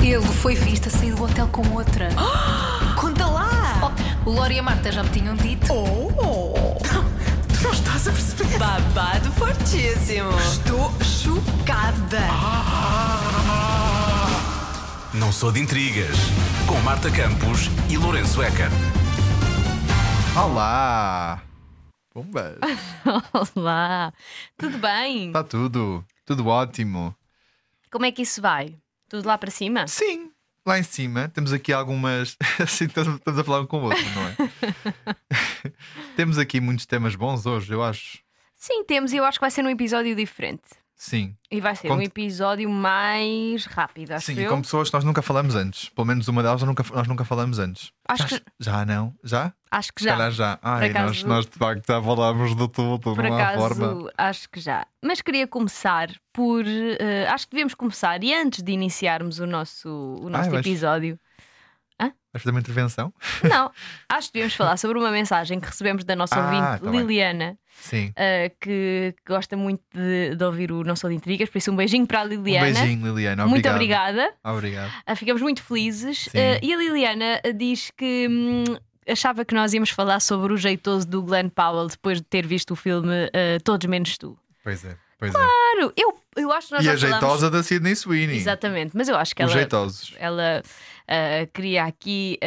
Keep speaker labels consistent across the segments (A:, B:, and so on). A: Ele foi visto a sair do hotel com outra.
B: Conta lá!
A: Oh, o Lori e a Marta já me tinham dito.
B: Oh!
C: Tu não estás a perceber?
B: Babado fortíssimo!
C: Estou chocada.
D: Não sou de intrigas. Com Marta Campos e Lourenço Eker.
E: Olá! Bombas!
F: Olá, tudo bem?
E: Está tudo, tudo ótimo.
F: Como é que isso vai? Tudo lá para cima?
E: Sim, lá em cima temos aqui algumas. Assim, estamos estamos a falar um com o outro, não é? temos aqui muitos temas bons hoje, eu acho.
F: Sim, temos e eu acho que vai ser um episódio diferente.
E: Sim,
F: E vai ser um
E: Conte-
F: episódio mais rápido, acho
E: sim, e
F: eu.
E: com pessoas que nós nunca falamos antes. Pelo menos uma delas nós nunca, nós nunca falamos antes.
F: Acho
E: já,
F: que-
E: já não? Já?
F: Acho que
E: Se calhar
F: já.
E: já. Ai, nós,
F: acaso-
E: nós de facto já falámos do tudo,
F: Por
E: não há forma.
F: acaso, acho que já. Mas queria começar por. eh, acho que devemos começar e antes de iniciarmos o nosso, o nosso
E: vais-
F: episódio,
E: Vais fazer uma intervenção?
F: não, acho que devemos falar sobre uma mensagem que recebemos da nossa
E: Ah,
F: ouvinte
E: tá bem.
F: Liliana,
E: Sim.
F: eh, que, que gosta muito de, de ouvir o Não Sou de Intrigas, por isso um beijinho para a Liliana.
E: Um beijinho, Liliana.
F: Muito
E: obrigado.
F: obrigada.
E: Obrigado.
F: Ah, Ficamos muito felizes.
E: Sim.
F: Ah, e a Liliana ah, diz que hum, achava que nós íamos falar sobre o jeitoso do Glenn Powell depois de ter visto o filme ah, Todos Menos Tu.
E: Pois é, pois
F: Claro, eu, eu acho que
E: é. E
F: nós já
E: a
F: falámos-
E: jeitosa da Sidney Sweeney.
F: Exatamente, mas eu acho que
E: Os
F: ela,
E: jeitosos.
F: ela ah, queria aqui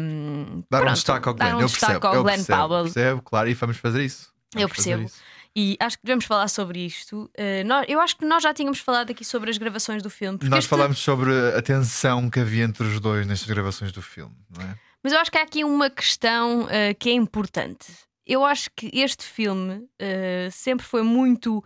F: hum,
E: Dar um
F: pronto,
E: destaque ao
F: dar
E: Glenn.
F: um
E: eu
F: destaque
E: percebo.
F: ao
E: eu
F: Glenn
E: percebo,
F: Powell.
E: percebo, claro, e vamos fazer isso. Vamos
F: Eu
E: fazer
F: percebo.
E: isso.
F: E acho que devemos falar sobre isto. Ah, nós- eu acho que nós já tínhamos falado aqui sobre as gravações do filme. porque
E: Nós
F: este-
E: falámos sobre a tensão que havia entre os dois nestas gravações do filme, não é?
F: Mas eu acho que há aqui uma questão ah, que é importante. Eu acho que este filme ah, sempre foi muito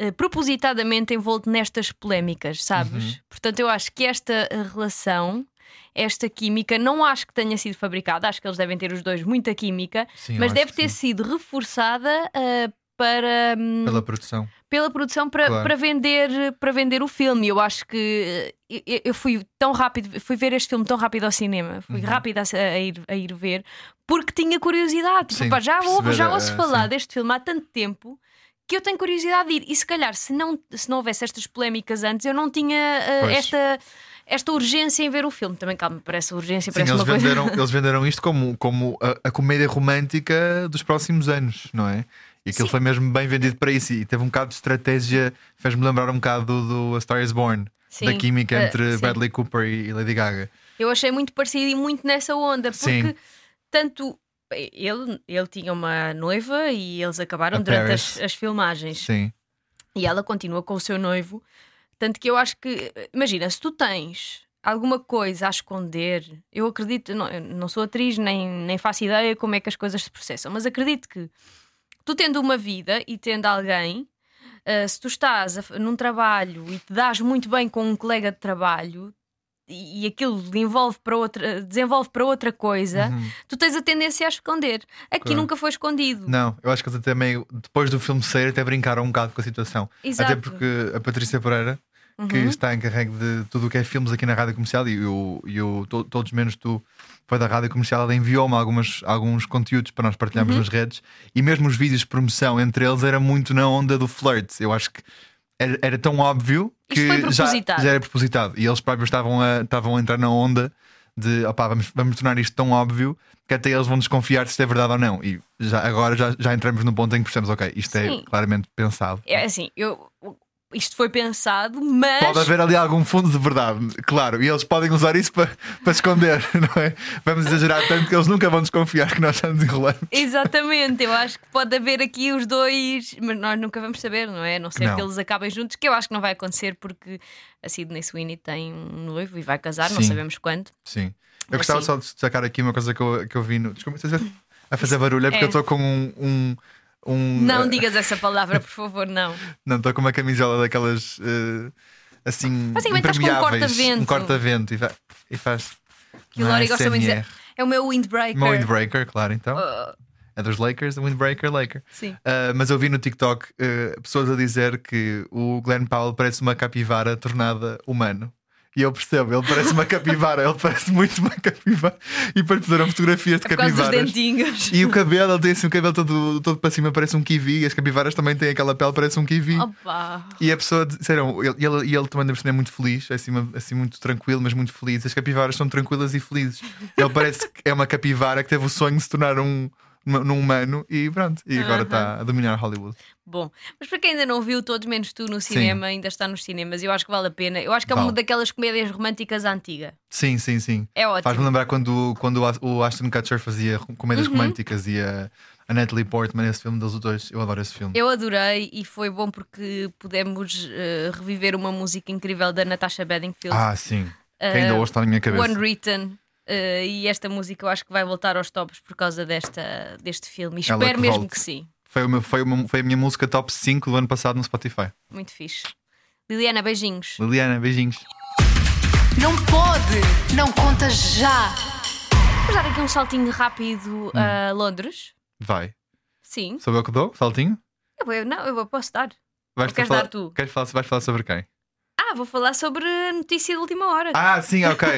F: ah, propositadamente envolto nestas polémicas,
E: Uhum.
F: sabes? Portanto, eu acho que esta ah, relação, esta química, não acho que tenha sido fabricada, acho que eles devem ter os dois muita química,
E: Sim, eu
F: mas
E: acho
F: deve
E: que
F: ter
E: sim.
F: sido reforçada ah, para. hum,
E: Pela produção.
F: pela produção para,
E: Claro.
F: para vender, para vender o filme. Eu acho que eh, eu, eu fui tão rápido, fui ver este filme tão rápido ao cinema, fui
E: Uhum.
F: rápida a, a ir, a ir ver, porque tinha curiosidade. Tipo,
E: Sim,
F: pá, já, ouvo,
E: perceber,
F: já ouço
E: eh,
F: falar
E: sim.
F: deste filme há tanto tempo. Que eu tenho curiosidade de ir. E se calhar, se não, se não houvesse estas polémicas antes, eu não tinha eh,
E: Pois.
F: esta, esta urgência em ver o filme. Também, calma, parece urgência,
E: Sim,
F: parece
E: eles
F: uma coisa.
E: venderam, eles venderam isto como, como a, a comédia romântica dos próximos anos, não é? E aquilo
F: Sim.
E: foi mesmo bem vendido para isso. E teve um bocado de estratégia, fez-me lembrar um bocado do, do A Star is Born,
F: Sim,
E: da química
F: eh,
E: entre
F: sim.
E: Bradley Cooper e, e Lady Gaga.
F: Eu achei muito parecido e muito nessa onda, porque
E: Sim.
F: tanto ele, ele tinha uma noiva e eles acabaram
E: A
F: durante
E: Paris.
F: as, as filmagens
E: Sim,
F: e ela continua com o seu noivo. Tanto que eu acho que, imagina, se tu tens alguma coisa a esconder, eu acredito, não, eu não sou atriz nem, nem faço ideia como é que as coisas se processam, mas acredito que tu tendo uma vida e tendo alguém. ah, se tu estás a f- num trabalho e te dás muito bem com um colega de trabalho e, e aquilo envolve para outra, desenvolve para outra coisa,
E: Uhum.
F: tu tens a tendência a esconder. Aqui
E: Claro.
F: nunca foi escondido.
E: Não, eu acho que eles até meio, depois do filme sair, até brincaram um bocado com a situação.
F: Exato.
E: Até porque a Patrícia Pereira, que
F: Uhum.
E: está encarregue de tudo o que é filmes aqui na rádio comercial, e o, e o To- Todos Menos Tu foi da rádio comercial, ela enviou-me algumas- alguns conteúdos para nós
F: Uhum.
E: partilharmos nas redes, e mesmo os vídeos de promoção entre eles era muito na onda do flirt. Eu acho que era, era tão óbvio
F: Isto
E: que
F: foi
E: já,
F: propositado.
E: já era propositado. E eles próprios estavam a, estavam a entrar na onda de opá, vamos, vamos tornar isto tão óbvio que até eles vão desconfiar se é verdade ou não. E já, agora já, já entramos no ponto em que percebemos, ok, isto
F: Sim.
E: é claramente pensado.
F: É assim, eu, isto foi pensado, mas.
E: Pode haver ali algum fundo de verdade, claro, e eles podem usar isso para, para esconder, não é? Vamos exagerar tanto que eles nunca vão desconfiar que nós estamos enrolando.
F: Exatamente, eu acho que pode haver aqui os dois, mas nós nunca vamos saber, não é? A não ser
E: Não.
F: que eles acabem juntos, que eu acho que não vai acontecer porque a Sidney Sweeney tem um noivo e vai casar, não
E: Sim.
F: sabemos quando.
E: Sim. Eu
F: Mas
E: gostava
F: sim.
E: só de destacar aqui uma coisa que eu, que eu vi no. Desculpa, estás a- a fazer barulho, é porque
F: É.
E: eu estou com um. um um,
F: Não
E: eh,
F: digas essa palavra, por favor, não.
E: Não, estou com uma camisola daquelas eh, assim.
F: Basicamente estás com um
E: impermeáveis,
F: corta-vento.
E: Um corta-vento e, fa- e faz.
F: Que o
E: Não é
F: Lori gosta muito de dizer.
E: SMR.
F: É o meu windbreaker.
E: Uma windbreaker, claro, então.
F: Oh,
E: É dos Lakers, windbreaker, Laker.
F: sim.
E: Ah, mas eu vi no TikTok eh, pessoas a dizer que o Glenn Powell parece uma capivara tornada humano. E eu percebo, ele parece uma capivara, ele parece muito uma capivara. E depois puseram fotografias de
F: É Por causa dos
E: capivaras.
F: dentinhos.
E: E o cabelo, ele tem assim, o cabelo todo, todo para cima, parece um kiwi. E as capivaras também têm aquela pele, parece um kiwi.
F: Oh, Opa!
E: E a pessoa, disseram, ele, ele, e ele também deve ser muito feliz, assim, uma- assim muito tranquilo, mas muito feliz. As capivaras são tranquilas e felizes. Ele parece que é uma capivara que teve o sonho de se tornar um, uma- num humano e pronto. E agora está a dominar Hollywood.
F: Bom, mas para quem ainda não viu, todos menos tu no cinema, ainda está nos cinemas, eu acho que vale a pena. Eu acho que é uma
E: Vale.
F: daquelas comédias românticas à antiga.
E: Sim, sim, sim.
F: É ótimo.
E: Faz-me lembrar quando, quando o As- o Ashton Kutcher fazia comédias
F: Uhum.
E: românticas e a, a Natalie Portman, esse filme dos dois. Eu adoro esse filme.
F: Eu adorei e foi bom porque pudemos eh, reviver uma música incrível da Natasha Bedingfield,
E: Ah, sim. Que ainda hoje está na minha cabeça.
F: One Written. eh, e esta música eu acho que vai voltar aos tops por causa desta, deste filme. E
E: Ela
F: espero
E: que
F: mesmo
E: volte.
F: que sim.
E: Foi, o meu- foi, o meu- foi a minha música top 5 do ano passado no Spotify.
F: Muito fixe. Liliana, beijinhos.
E: Liliana, beijinhos.
A: Não pode! Não conta já!
F: Vamos dar aqui um saltinho rápido a
E: Hum.
F: Londres.
E: Vai.
F: Sim.
E: Sou eu que dou? Saltinho?
F: Eu vou- não, eu vou- posso dar.
E: Vais
F: Ou queres
E: falar,
F: dar tu?
E: Queres falar, vais falar sobre quem?
F: Ah, vou falar sobre a notícia de última hora.
E: Ah, sim, ok.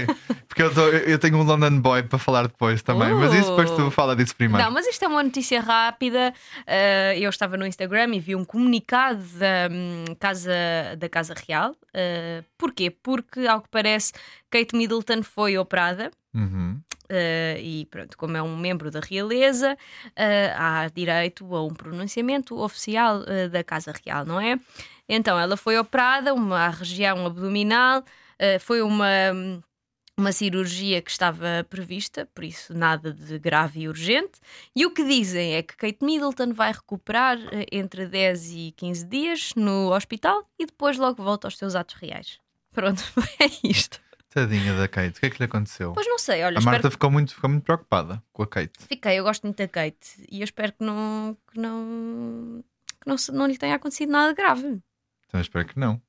E: Porque eu, tô- eu tenho um London Boy para falar depois também. Mas isso depois tu fala disso primeiro.
F: Oh. Não, mas isto é uma notícia rápida. Eh, eu estava no Instagram e vi um comunicado da, hum, casa, da Casa Real. Eh, porquê? Porque, ao que parece, Kate Middleton foi operada.
E: Uhum.
F: eh, e pronto, como é um membro da realeza, eh, há direito a um pronunciamento oficial eh, da Casa Real, não é? Então, ela foi operada, uma região abdominal, eh, foi uma, uma cirurgia que estava prevista, por isso nada de grave e urgente. E o que dizem é que Kate Middleton vai recuperar eh, entre 10 e 15 dias no hospital e depois logo volta aos seus atos reais. Pronto, é isto.
E: Tadinha da Kate, o que é que lhe aconteceu?
F: Pois não sei, olha,
E: a
F: espero
E: Marta ficou, muito, ficou muito preocupada com a Kate.
F: Fiquei, eu gosto muito da Kate e eu espero que não que não que não, se- não lhe tenha acontecido nada grave.
E: Então eu espero que não.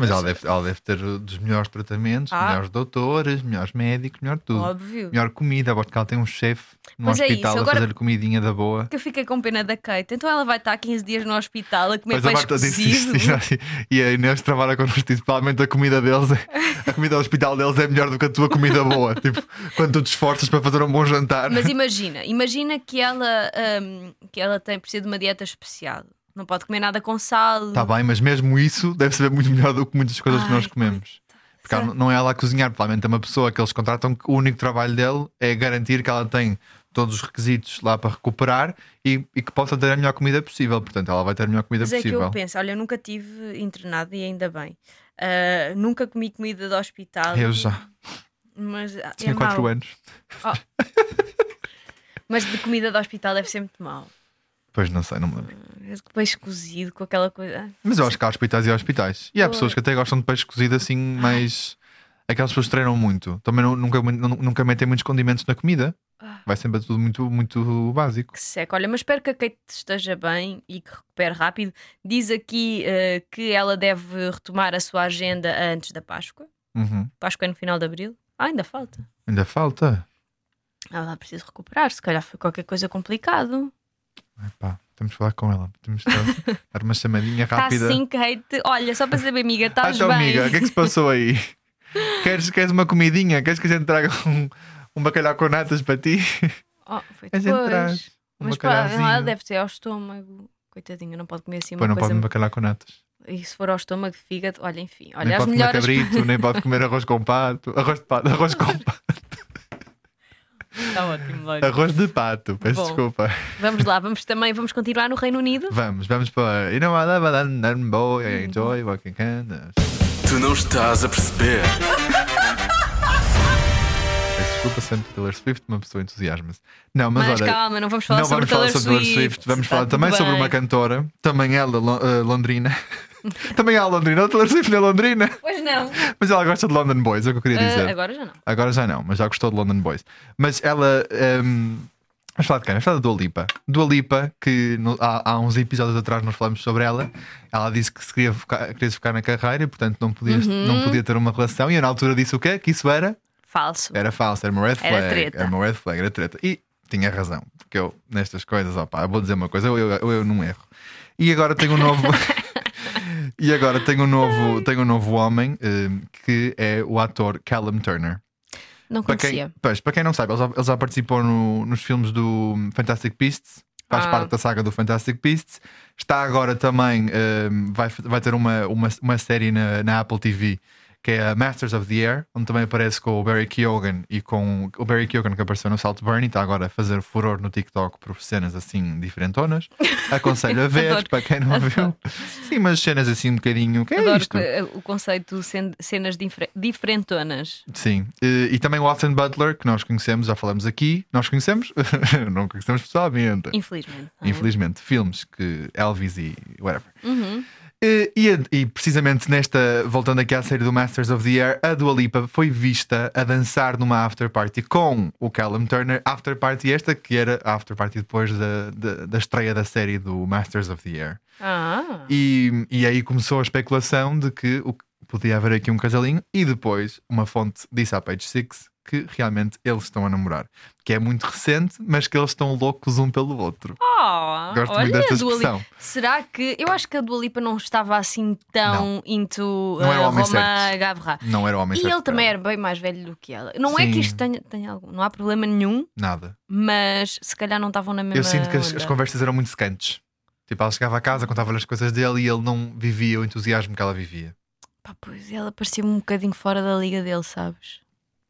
E: Mas ela deve, ela deve ter uh, dos melhores tratamentos,
F: Ah.
E: melhores doutores, melhores médicos, melhor tudo.
F: Óbvio.
E: Melhor comida, aposto que ela tem um chefe no
F: Pois é isso,
E: hospital a
F: agora-
E: fazer comidinha da boa.
F: Que eu fiquei com pena da Kate. Então ela vai estar 15 dias no hospital a comer
E: Pois a
F: peixe
E: Marta disse isto,
F: cozido.
E: isto, e a Inês trabalha connosco disse, provavelmente a comida deles é- a comida do hospital deles é melhor do que a tua comida boa. tipo, quando tu te esforças para fazer um bom jantar.
F: Mas imagina, imagina que ela hum, que ela tem precisa de uma dieta especial. Não pode comer nada com sal.
E: Está Tá bem, mas mesmo isso deve saber muito melhor do que muitas coisas que
F: Ai,
E: nós comemos. Porque ela não é ela a cozinhar, provavelmente é uma pessoa que eles contratam que o único trabalho dele é garantir que ela tem todos os requisitos lá para recuperar e, e que possa ter a melhor comida possível. Portanto, ela vai ter a melhor comida
F: Mas é que
E: possível.
F: eu penso, olha, eu nunca tive internado e ainda bem. Ah, nunca comi comida de hospital.
E: Eu já
F: Mas, ah, é
E: tinha 4
F: mau.
E: anos.
F: mas de comida de hospital deve ser muito mal.
E: Pois não sei, não me lembro.
F: Peixe cozido com aquela coisa. ah.
E: Mas eu acho que há hospitais e há hospitais. E há
F: Boa.
E: pessoas que até gostam de peixe cozido assim, mas aquelas pessoas que treinam muito. Também nu- nunca, nu- nunca metem muitos condimentos na comida.
F: Ah.
E: Vai sempre tudo muito, muito básico.
F: Que seca. Olha, mas espero que a Kate esteja bem e que recupere rápido. Diz aqui eh, que ela deve retomar a sua agenda antes da Páscoa.
E: Uhum.
F: Páscoa é no final de abril. Ah, ainda falta.
E: Ainda falta.
F: Ela precisa recuperar. Se calhar foi qualquer coisa complicado.
E: Epá, temos de falar com ela. Temos de dar- dar uma chamadinha
F: Está
E: Tá rápida.
F: sim, Kate. Olha, só para saber, amiga,
E: ah,
F: Tá assim estás
E: então,
F: bem?
E: amiga, o que é que se passou aí? queres, queres uma comidinha? Queres que a gente traga um, um bacalhau com natas para ti?
F: Oh, foi
E: A gente
F: depois.
E: traz um
F: Mas pá, ela
E: bacalhauzinho.
F: deve ter ao estômago. Coitadinha, não pode comer assim
E: Pois
F: uma
E: não pode
F: coisa.
E: comer bacalhau com natas.
F: E se for ao estômago, fígado, olha, enfim. Olha,
E: nem
F: as
E: pode comer
F: melhores
E: cabrito, nem pode comer arroz com pato. Arroz de pato, arroz com pato.
F: Está Tá ótimo, olha.
E: Arroz de pato, peço
F: Bom.
E: desculpa.
F: Vamos lá, vamos também, vamos continuar no Reino Unido.
E: Vamos, vamos para. You know I love a London boy,
F: Uhum.
E: I enjoy walking candles.
D: Tu não estás a perceber.
E: Peço desculpa sempre Taylor Swift, uma pessoa entusiasma-se. Não, mas,
F: Mas
E: olha.
F: calma, não vamos falar
E: Não
F: sobre
E: vamos falar
F: Taylor
E: sobre Taylor
F: Swift.
E: Swift, vamos
F: Está
E: falar
F: tudo
E: também sobre
F: bem.
E: uma cantora, também ela lo- eh, londrina. também ela londrina, a Taylor Swift não é londrina,
F: Pois não.
E: mas ela gosta de London Boys, é o que eu queria
F: Ah,
E: dizer.
F: agora já não.
E: Agora já não, mas já gostou de London Boys. Mas ela. ehm, Vamos falar de quem? Vamos falar da Dua Lipa. Dua Lipa, que no- há, há uns episódios atrás nós falamos sobre ela. Ela disse que se queria focar, queria se focar na carreira e, portanto, não podia, não podia ter uma relação. E eu, na altura, disse o quê? Que isso era?
F: Falso.
E: Era falso, era uma red flag.
F: treta.
E: uma red flag, era treta. E tinha razão, porque eu, nestas coisas, opá, vou dizer uma coisa, eu, eu, eu, eu não erro. E agora tenho um novo. E agora tem um novo, tem um novo homem eh, que é o ator Callum Turner.
F: Não
E: Para quem,
F: conhecia.
E: pois, para quem não sabe, ele já, ele já participou no- nos filmes do Fantastic Beasts, faz
F: Ah.
E: parte da saga do Fantastic Beasts. Está agora também, ehm, vai, vai ter uma, uma, uma série na, na Apple TV que é a Masters of the Air, onde também aparece com o Barry Keoghan e com o Barry Keoghan que apareceu no Saltburn e está agora a fazer furor no TikTok por cenas assim diferentonas. Aconselho a ver,
F: Adoro.
E: para quem não viu. Sim, mas cenas assim um bocadinho. Que é
F: Adoro
E: isto?
F: que- eh, o conceito de cenas difre- diferentonas.
E: Sim, e, e também o Austin Butler, que nós conhecemos, já falamos aqui. Nós conhecemos? não conhecemos pessoalmente.
F: Infelizmente. não é?
E: Infelizmente, filmes que Elvis e whatever. E, e- e precisamente nesta, voltando aqui à série do Masters of the Air, a Dua Lipa foi vista a dançar numa after party com o Callum Turner. After party esta que era a after party depois da, da, da estreia da série do Masters of the Air.
F: Ah,
E: E, e aí começou a especulação de que o- podia haver aqui um casalinho, e depois uma fonte disse à Page Six que realmente eles estão a namorar, que é muito recente, mas que eles estão loucos um pelo outro.
F: Oh,
E: Gosto
F: olha,
E: muito desta
F: a Dua Lipa.
E: expressão.
F: Será que. Eu acho que a Dua Lipa não estava assim tão into uh,
E: Não era o homem
F: Roma
E: certo.
F: Gavrá.
E: Não era o homem
F: E
E: certo
F: ele
E: para
F: também
E: ela.
F: era bem mais velho do que ela. Não é
E: Sim.
F: que isto tenha, tenha algum, não há problema nenhum,
E: Nada.
F: mas se calhar não estavam na mesma.
E: Eu sinto que as,
F: onda.
E: as conversas eram muito secantes. Tipo, ela chegava a casa, contava-lhe as coisas dele e ele não vivia o entusiasmo que ela vivia.
F: Pá, pois ela parecia um bocadinho fora da liga dele, sabes?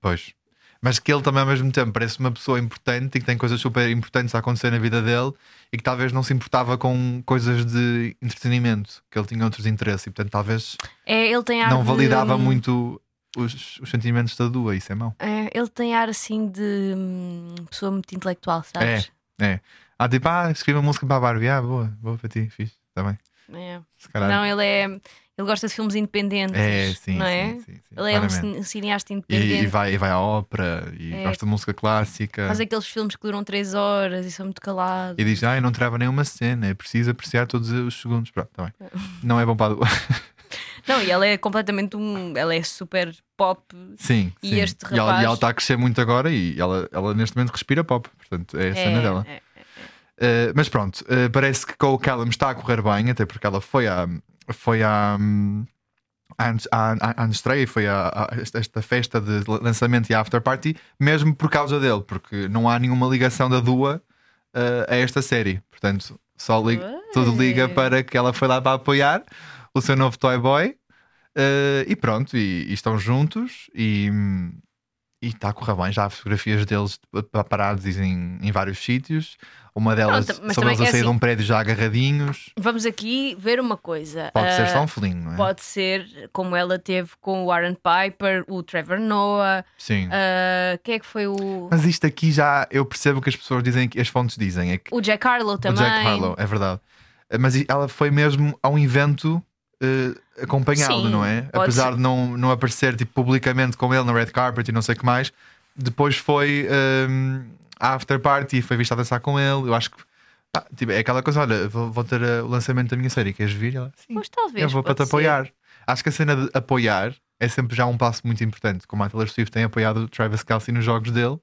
E: Pois. Mas que ele também, ao mesmo tempo, parece uma pessoa importante e que tem coisas super importantes a acontecer na vida dele e que talvez não se importava com coisas de entretenimento, que ele tinha outros interesses e, portanto, talvez
F: É, ele tem ar
E: não
F: de- um
E: validava muito os, os sentimentos da Dua. Isso é mau.
F: É, ele tem ar assim de hum, pessoa muito intelectual, sabes?
E: Ah, tipo, ah, escreve uma música para a Barbie. Ah, boa, boa para ti, fixe. Também.
F: É.
E: Se calhar.
F: Não, ele é. Ele gosta de filmes independentes.
E: é, sim,
F: não
E: sim,
F: é?
E: sim, sim,
F: Ele é um
E: claramente.
F: cine- cineasta
E: E,
F: independente.
E: e vai, e vai à ópera e
F: É.
E: gosta de música clássica.
F: Faz aqueles filmes que duram 3 horas e são muito calados.
E: E diz, ah, eu não trava nenhuma cena, é preciso apreciar todos os segundos. Pronto, tá bem. Não é bom para a Dua.
F: Não, e ela é completamente um. Ela é super pop.
E: Sim.
F: E
E: sim. E
F: este
E: ela- e ela
F: rapaz-
E: está a crescer muito agora e ela, ela neste momento respira pop. Portanto, é a cena
F: É,
E: dela.
F: é.
E: Uh, mas pronto, uh, parece que com o Callum está a correr bem, até porque ela foi à. Foi à hum, à an- à- à- à estreia e foi à- à esta esta festa de lançamento e à after party, mesmo por causa dele, porque não há nenhuma ligação da Dua uh, a esta série. Portanto, só li- tudo liga para que ela foi lá para apoiar o seu novo Toy Boy uh, e pronto, e, e estão juntos e. hum, e está a correr bem, já há fotografias deles pa- parados em, em vários sítios. Uma delas
F: Pronto, mas
E: são
F: também
E: eles a
F: é
E: sair de
F: assim.
E: um prédio já agarradinhos.
F: Vamos aqui ver uma coisa.
E: Pode ser
F: Ah,
E: só um felinho, não é?
F: Pode ser como ela teve com o Warren Piper, o Trevor Noah.
E: Sim.
F: ah, quem é que foi o.
E: Mas isto aqui já eu percebo que as pessoas dizem, que as fontes dizem, é que
F: O Jack Harlow também.
E: o Jack Harlow, é verdade. Mas i- ela foi mesmo a um evento eh, acompanhá-lo,
F: Sim,
E: não é?
F: pode
E: Apesar
F: ser.
E: de não, não aparecer tipo, publicamente com ele na red carpet e não sei o que mais, depois foi ehm, à after party e foi vista a dançar com ele. Eu acho que pá, tipo, é aquela coisa: olha, vou, vou ter eh, o lançamento da minha série, queres vir? E Ela, Sim,
F: Pois talvez.
E: eu vou para
F: pode
E: te
F: ser.
E: apoiar. Acho que a cena de apoiar é sempre já um passo muito importante. Como a Taylor Swift tem apoiado o Travis Kelsey nos jogos dele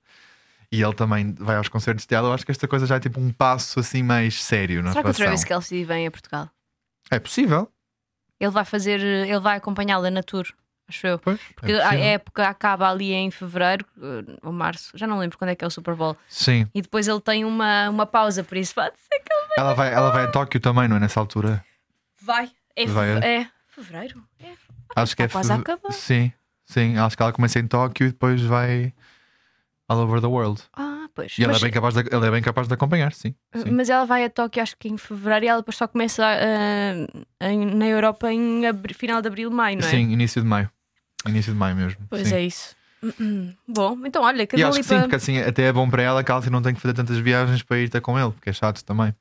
E: e ele também vai aos concertos dela, eu acho que esta coisa já é tipo um passo assim mais sério na
F: Será que o
E: relação.
F: Travis Kelsey vem a Portugal?
E: É possível,
F: Ele vai fazer. eh, Ele vai acompanhá-la na tour, acho eu.
E: pois.
F: Porque
E: é
F: ah, a
E: possível.
F: época acaba ali em fevereiro eh, ou março, já não lembro quando é que é o Super Bowl.
E: Sim,
F: E depois ele tem uma, uma pausa, por isso pode ser que ele
E: ela vai, ela vai a Tóquio também, não é? Nessa altura.
F: vai. É, fe-
E: Vai,
F: é. fevereiro? É.
E: acho que é
F: está quase a
E: fe-
F: acabar.
E: Sim, sim. Acho que ela começa em Tóquio e depois vai all over the world.
F: Ah, pois.
E: E ela é
F: mas, eh, Uh,
E: bem capaz de, ela é bem capaz de acompanhar, sim. sim.
F: mas ela vai a Tóquio, acho que em fevereiro, e ela depois só começa ah, em- na Europa em abri- final de abril, maio, não é?
E: Sim, início de maio. Início de maio mesmo.
F: Pois
E: sim.
F: é isso. Bom, então olha, que
E: E
F: Dua
E: acho que sim,
F: Lipa-
E: porque assim até é bom para ela que ela assim, não tem que fazer tantas viagens para ir ter com ele, porque é chato também.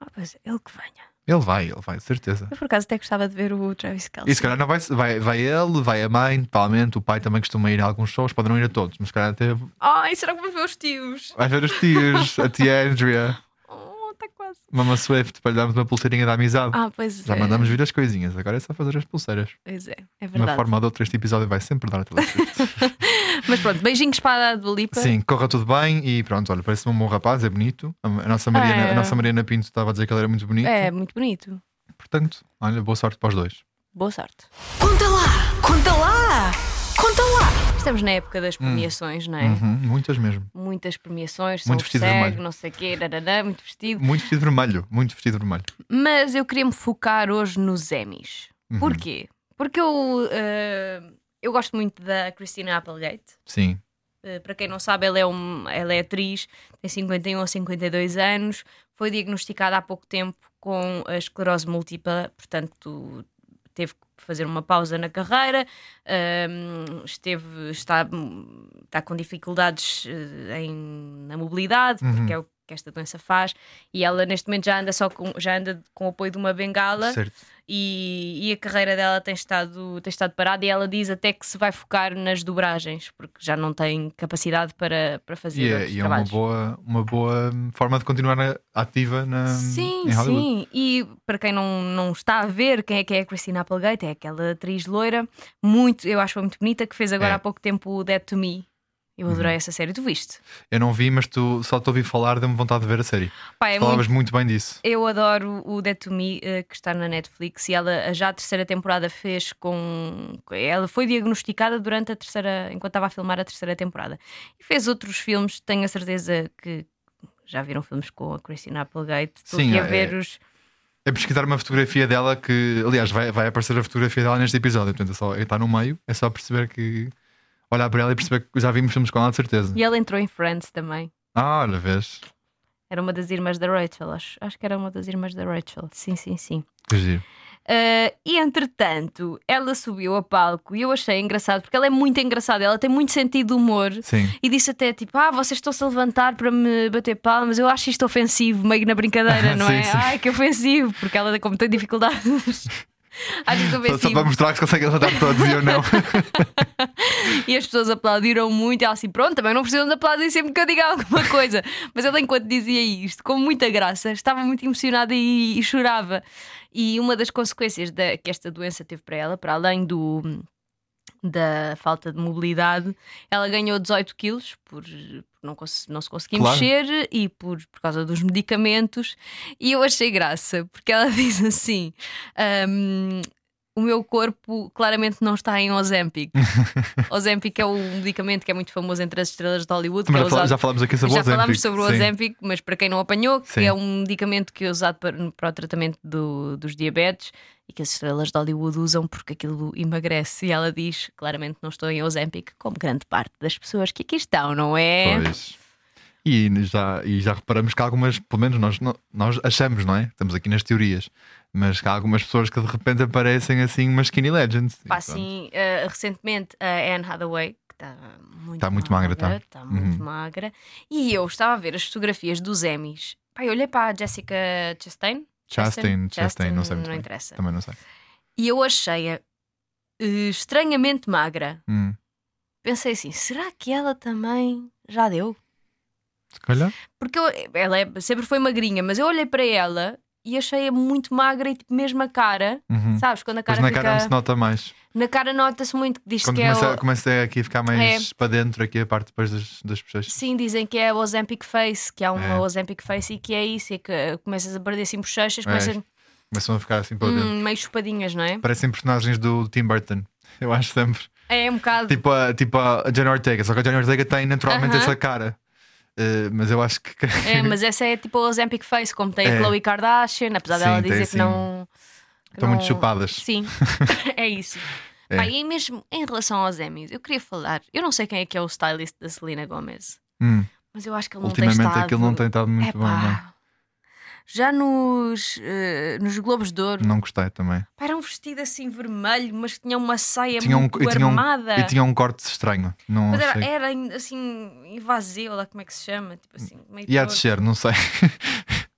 F: Ah, pois, ele que venha.
E: Ele vai, ele vai, de certeza.
F: Eu por acaso até gostava de ver o Travis Kelce.
E: E se calhar não vai, vai, vai ele, vai a mãe, provavelmente o pai também costuma ir a alguns shows, pode não ir a todos, mas se calhar até
F: Ai, será que vou ver os tios?
E: vai ver os tios, a tia Andrea,
F: Oh, está quase.
E: Mama Swift, para lhe darmos uma pulseirinha da amizade.
F: Ah, pois
E: Já
F: é.
E: mandamos vir as coisinhas, agora é só fazer as pulseiras.
F: Pois é, é
E: De uma
F: verdade.
E: forma ou de outra, este episódio vai sempre dar a Taylor Swift.
F: Mas pronto, beijinhos para a Dua Lipa.
E: Sim, corra tudo bem e pronto, olha, parece-me um bom rapaz, é bonito. A a nossa Mariana,
F: É.
E: a nossa Mariana Pinto estava a dizer que ele era muito bonito.
F: É muito É bonito.
E: Portanto, olha, boa sorte para os dois.
F: Boa sorte.
B: Conta lá! Conta lá! Conta lá!
F: Estamos na época das premiações, não é?
E: Hum. Uhum, muitas mesmo.
F: Muitas premiações,
E: Muito
F: são
E: vestido
F: cego,
E: vermelho.
F: não sei o quê, dadadá, muito vestido.
E: Muito vestido vermelho, muito vestido vermelho.
F: Mas eu queria me focar hoje nos Emmys.
E: Uhum.
F: Porquê? Porque eu, eh, eu gosto muito da Christina Applegate.
E: Sim.
F: Eh, para quem não sabe, ela é, um, ela é atriz, tem 51 ou 52 anos, foi diagnosticada há pouco tempo com a esclerose múltipla, portanto teve que fazer uma pausa na carreira, ahm, esteve, está, está com dificuldades eh, em, na mobilidade, porque é o que esta doença faz, e ela neste momento já anda só com, já anda com o apoio de uma bengala
E: Certo.
F: e, e a carreira dela tem estado, tem estado parada e ela diz até que se vai focar nas dobragens, porque já não tem capacidade para, para fazer
E: E é,
F: outros
E: e é uma,
F: trabalhos.
E: boa, uma boa forma de continuar na- ativa na,
F: Sim,
E: hum, em Hollywood.
F: sim. E para quem não, não está a ver, quem é que é a Christina Applegate? É aquela atriz loira, muito, eu acho muito bonita, que fez agora
E: É. Uhum.
F: há pouco tempo o Dead to Me. Eu adorei essa série, tu viste?
E: Eu não vi, mas tu só te ouvi falar, deu-me vontade de ver a série.
F: Pá, é muito
E: Falavas muito... bem disso.
F: Eu adoro o Dead to Me, eh, que está na Netflix, e ela já a terceira temporada fez com. Ela foi diagnosticada durante a terceira. enquanto estava a filmar a terceira temporada. E fez outros filmes, tenho a certeza que já viram filmes com a Christina Applegate. Estou
E: Sim,
F: aqui a
E: é-
F: ver os.
E: É pesquisar uma fotografia dela que, aliás, vai, vai aparecer a fotografia dela neste episódio. Portanto, é só, está no meio, é só perceber que. Olhar para ela e perceber que já vimos filmes com ela, de certeza.
F: E ela entrou em Friends também.
E: Ah, olha, vês.
F: Era uma das irmãs da Rachel, acho. Acho que era uma das irmãs da Rachel. Sim, sim, sim.
E: Que giro.
F: Uh, e entretanto, ela subiu a palco e eu achei engraçado, porque ela é muito engraçada, ela tem muito sentido de humor.
E: Sim.
F: E disse até tipo: Ah, vocês estão-se a levantar para me bater palmas, eu acho isto ofensivo, meio que na brincadeira, não
E: Sim,
F: é?
E: sim.
F: Ai, que ofensivo, porque ela, como tem dificuldades, acho
E: Só,
F: isto
E: só
F: ofensivo.
E: para mostrar que se consegue levantar todos e eu não.
F: E as pessoas aplaudiram muito. E ela assim, pronto, também não precisam de aplaudir sempre que eu diga alguma coisa. Mas ela, enquanto dizia isto, com muita graça, estava muito emocionada e, e chorava. E uma das consequências da, que esta doença teve para ela, para além do. Da falta de mobilidade, ela ganhou 18 quilos por, por não, cons- não se conseguir
E: Claro.
F: mexer e por, por causa dos medicamentos. E eu achei graça, porque ela diz assim: "Ahm, o meu corpo claramente não está em Ozempic. Ozempic é um medicamento que é muito famoso entre as estrelas de Hollywood. Que
E: Também
F: é
E: já, fala-
F: usado...
E: já falámos aqui sobre o
F: Já falámos
E: Ozempic,
F: sobre o
E: sim.
F: Ozempic, mas para quem não apanhou, que
E: Sim.
F: é um medicamento que é usado para, para o tratamento do- dos diabetes e que as estrelas de Hollywood usam porque aquilo emagrece. E ela diz: claramente não estou em Ozempic, como grande parte das pessoas que aqui estão, não é?
E: Pois. E já, e já reparamos que há algumas, pelo menos nós, no- nós achamos, não é? Estamos aqui nas teorias, mas que há algumas pessoas que de repente aparecem assim umas skinny legends. E
F: Pá,
E: pronto.
F: assim, eh, recentemente a Anne Hathaway, que está muito,
E: Tá muito magra, tá.
F: está muito magra, e eu estava a ver as fotografias dos Emmys. Pá, eu olhei para a Jessica Chastain.
E: Chastain, Chastain, não sei muito
F: Não
E: bem.
F: interessa.
E: Também não sei.
F: E eu achei-a eh, estranhamente magra.
E: Hum.
F: Pensei assim, será que ela também já deu?
E: Se calhar.
F: Porque eu- ela é- sempre foi magrinha, mas eu olhei para ela e achei-a muito magra e tipo, mesmo a cara.
E: Uhum.
F: Sabes, quando a
E: Mas
F: cara
E: na
F: fica.
E: cara não se nota mais.
F: Na cara nota-se muito que diz
E: Quando
F: que é.
E: começa,
F: o- É.
E: começa aqui a ficar mais para dentro, aqui a parte depois das, das pessoas.
F: Sim, dizem que é o Ozempic Face, que há uma
E: É.
F: Ozempic Face e que é isso, é que eh, começas a perder assim bochechas,
E: É,
F: começas
E: Começam a ficar assim para dentro.
F: hum, meio chupadinhas, não é?
E: Parecem personagens do Tim Burton. Eu acho sempre.
F: É um bocado.
E: Tipo a, tipo a Jane Ortega, só que a Jane Ortega tem naturalmente
F: Aham.
E: essa cara. Eh, mas eu acho que.
F: É, mas essa é tipo o Ozempic Face, como tem
E: É.
F: a Chloe Kardashian, apesar
E: Sim,
F: dela
E: tem
F: dizer que
E: assim-
F: não. que
E: Estão muito
F: não-
E: chupadas.
F: Sim, é isso.
E: É.
F: Pá, e mesmo em relação aos Emmys, eu queria falar. Eu não sei quem é que é o stylist da Selena Gomez,
E: Hum.
F: mas eu acho que ele não tem
E: Ultimamente
F: estado.
E: aquilo não tem estado muito
F: Epá,
E: bom, não. é?
F: Já nos, eh, nos Globos de Ouro,
E: Não gostei também.
F: Pá, era um vestido assim vermelho, mas tinha uma saia
E: Tinha um,
F: muito
E: e, tinha um,
F: armada.
E: e tinha um corte estranho. Não
F: Mas era,
E: sei.
F: era assim, invasivo, lá como é que se chama? Tipo assim, meio
E: E a
F: torto.
E: descer, não sei.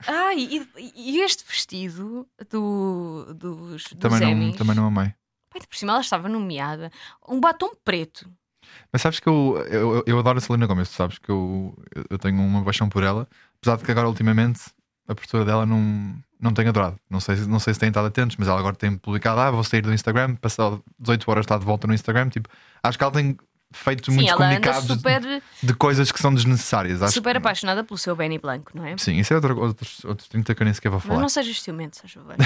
F: Ai, e, e este vestido do, dos, dos
E: também, não,
F: Emmys?
E: também não amei.
F: Bem, por cima ela estava nomeada. Um batom preto.
E: Mas sabes que eu, eu, eu adoro a Selena Gomez, tu sabes que eu, eu tenho uma paixão por ela, apesar de que agora ultimamente a postura dela não, não tem adorado. Não sei, se- não sei se têm estado atentos, mas ela agora tem publicado, ah, vou sair do Instagram, passado 18 horas está de volta no Instagram. Tipo, acho que ela tem feito
F: Sim,
E: muitos
F: ela anda
E: comunicados
F: super,
E: de coisas que são desnecessárias. Acho
F: super
E: que-
F: apaixonada pelo seu Benny Blanco, não é?
E: Sim, isso é outro, outros, outros 30 tipo que eu nem sequer vou
F: Mas
E: falar.
F: não sejas ciumento, Sr. Giovanni.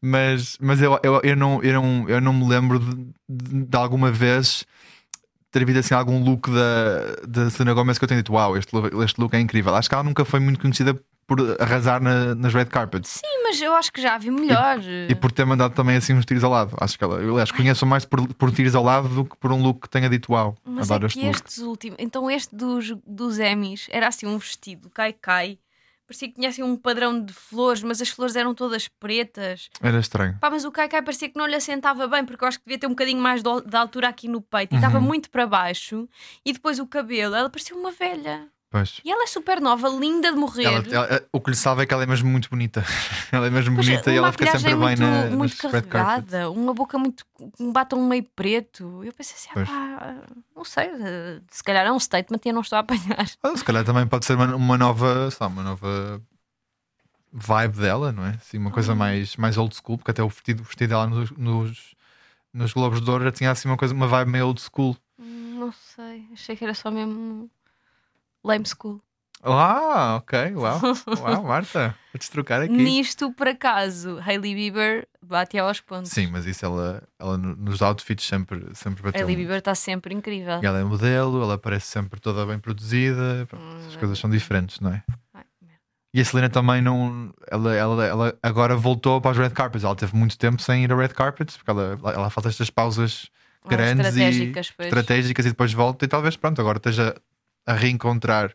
E: Mas, mas eu, eu, eu, não, eu, não, eu não me lembro de, de, de alguma vez ter havido assim algum look da, da Selena Gomez que eu tenho dito: Uau, este, lo- este look é incrível. Acho que ela nunca foi muito conhecida por arrasar na- nas red carpets
F: Sim, mas eu acho que já a vi melhor.
E: e por ter mandado também assim uns tiros ao lado. Acho que ela, eu acho que conheço mais por, por tiros ao lado do que por um look que tenha dito: Uau,
F: Mas
E: adoro
F: é
E: este
F: que
E: look.
F: estes últimos. Então, este dos, dos Emmys era assim um vestido, cai-cai. Parecia que tinha assim um padrão de flores, mas as flores eram todas pretas.
E: Era estranho.
F: Pá, mas o cai-cai parecia que não lhe assentava bem, porque eu acho que devia ter um bocadinho mais de al- de altura aqui no peito. E
E: Uhum.
F: estava muito para baixo. E depois o cabelo, ela parecia uma velha.
E: Pois.
F: E ela é super nova, linda de morrer.
E: Ela- ela- o que lhe salva é que ela é mesmo muito bonita. ela é mesmo
F: Mas
E: bonita e
F: uma
E: ela fica sempre bem
F: maquilhagem
E: na,
F: muito, muito
E: nas red carpets.
F: carregada, uma boca muito. um batom meio preto. Eu pensei assim, ah,
E: Pois.
F: pá, não sei, eh, se calhar é um statement e eu não estou a apanhar.
E: Ah, se calhar também pode ser uma, uma nova, sei lá, uma nova vibe dela, não é? Assim, uma coisa mais, mais old school, porque até o vestido, o vestido dela nos, nos, nos Globos de Ouro já tinha assim uma coisa, uma vibe meio old school.
F: Hum, Não sei, achei que era só mesmo lame school.
E: Ah, ok, uau, uau, Marta, vou-te trocar aqui.
F: Nisto, por acaso, Hailey Bieber bate aos pontos.
E: Sim, mas isso ela, ela no- nos outfits sempre, sempre bateu.
F: Hailey
E: muito.
F: Bieber está sempre incrível.
E: E Ela é modelo, ela parece sempre toda bem produzida. pronto, essas coisas são diferentes, não é?
F: Hum, Ai, que merda.
E: E a Selena também não. Ela, ela, ela agora voltou para os red carpets. Ela teve muito tempo sem ir a red carpets, porque ela, ela faz estas pausas
F: Ah,
E: grandes
F: estratégicas,
E: e
F: pois.
E: estratégicas e depois volta. E talvez, pronto, agora esteja a reencontrar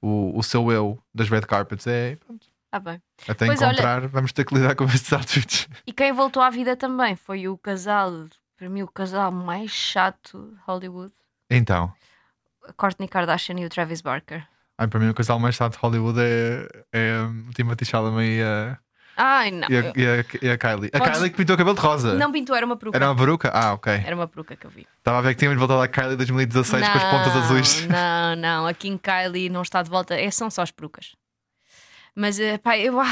E: o, o seu eu das red carpets. É, pronto,
F: Ah, bem.
E: até
F: Pois, olha-
E: encontrar, vamos ter que lidar com estes outfits.
F: E quem voltou à vida também foi o casal, para mim, o casal mais chato de Hollywood,
E: Então,
F: a Kourtney Kardashian e o Travis Barker.
E: ai, para mim, o casal mais chato de Hollywood é, é o Timothy Chalamet e a,
F: Ai, não.
E: e a, e a- e a Kylie. A
F: Podes-
E: Kylie que pintou o cabelo de rosa.
F: Não pintou, era uma peruca.
E: Era uma peruca? Ah, ok.
F: Era uma peruca que eu vi.
E: Estava a ver que tínhamos voltado à Kylie 2016 com as pontas azuis.
F: Não, não, a Kim Kylie não está de volta, é, são só as perucas. Mas, eh, pá, eu. ah,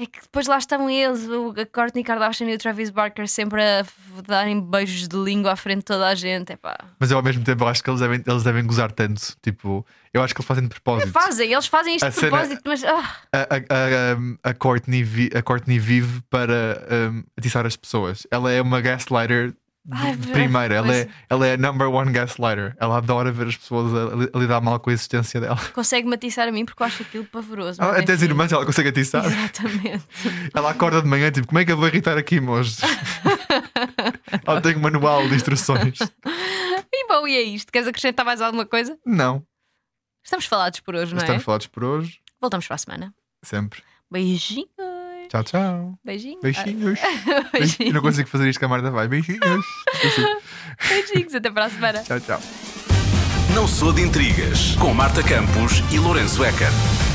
F: é que depois lá estão eles, o a Kourtney Kardashian e o Travis Barker sempre a f- darem beijos de língua à frente de toda a gente. É pá.
E: Mas eu ao mesmo tempo acho que eles devem, eles devem gozar tanto. Tipo, eu acho que eles fazem de propósito.
F: Fazem, eles fazem isto
E: A
F: de
E: cena-
F: propósito, mas. ah,
E: A, a, a, a, Courtney, vi- a Courtney vive para um, atiçar as pessoas. Ela é uma gaslighter de-
F: Ai,
E: de
F: verdade.
E: primeira. Ela é,
F: Pois.
E: ela é a number one gaslighter. Ela adora ver as pessoas a, li- a lidar mal com a existência dela.
F: consegue matiçar a mim porque eu acho aquilo pavoroso.
E: Ela,
F: mas
E: até as
F: enfim.
E: Ah, é irmãs ela consegue atiçar.
F: Exatamente.
E: Ela acorda de manhã, tipo, como é que eu vou irritar aqui hoje? ela tem um manual de instruções.
F: E bom, e é isto? Queres acrescentar mais alguma coisa?
E: Não.
F: Estamos falados por hoje, não
E: Estamos
F: é?
E: falados por hoje.
F: Voltamos para a semana.
E: Sempre.
F: Beijinhos.
E: Tchau, tchau.
F: Beijinhos.
E: Beijinhos.
F: Ah,
E: Eu não
F: Beijinhos.
E: consigo fazer isto com a Marta vai. Beijinhos.
F: Beijinhos. Até para a semana.
E: tchau, tchau.
D: Não sou de intrigas com Marta Campos e Lourenço Eker.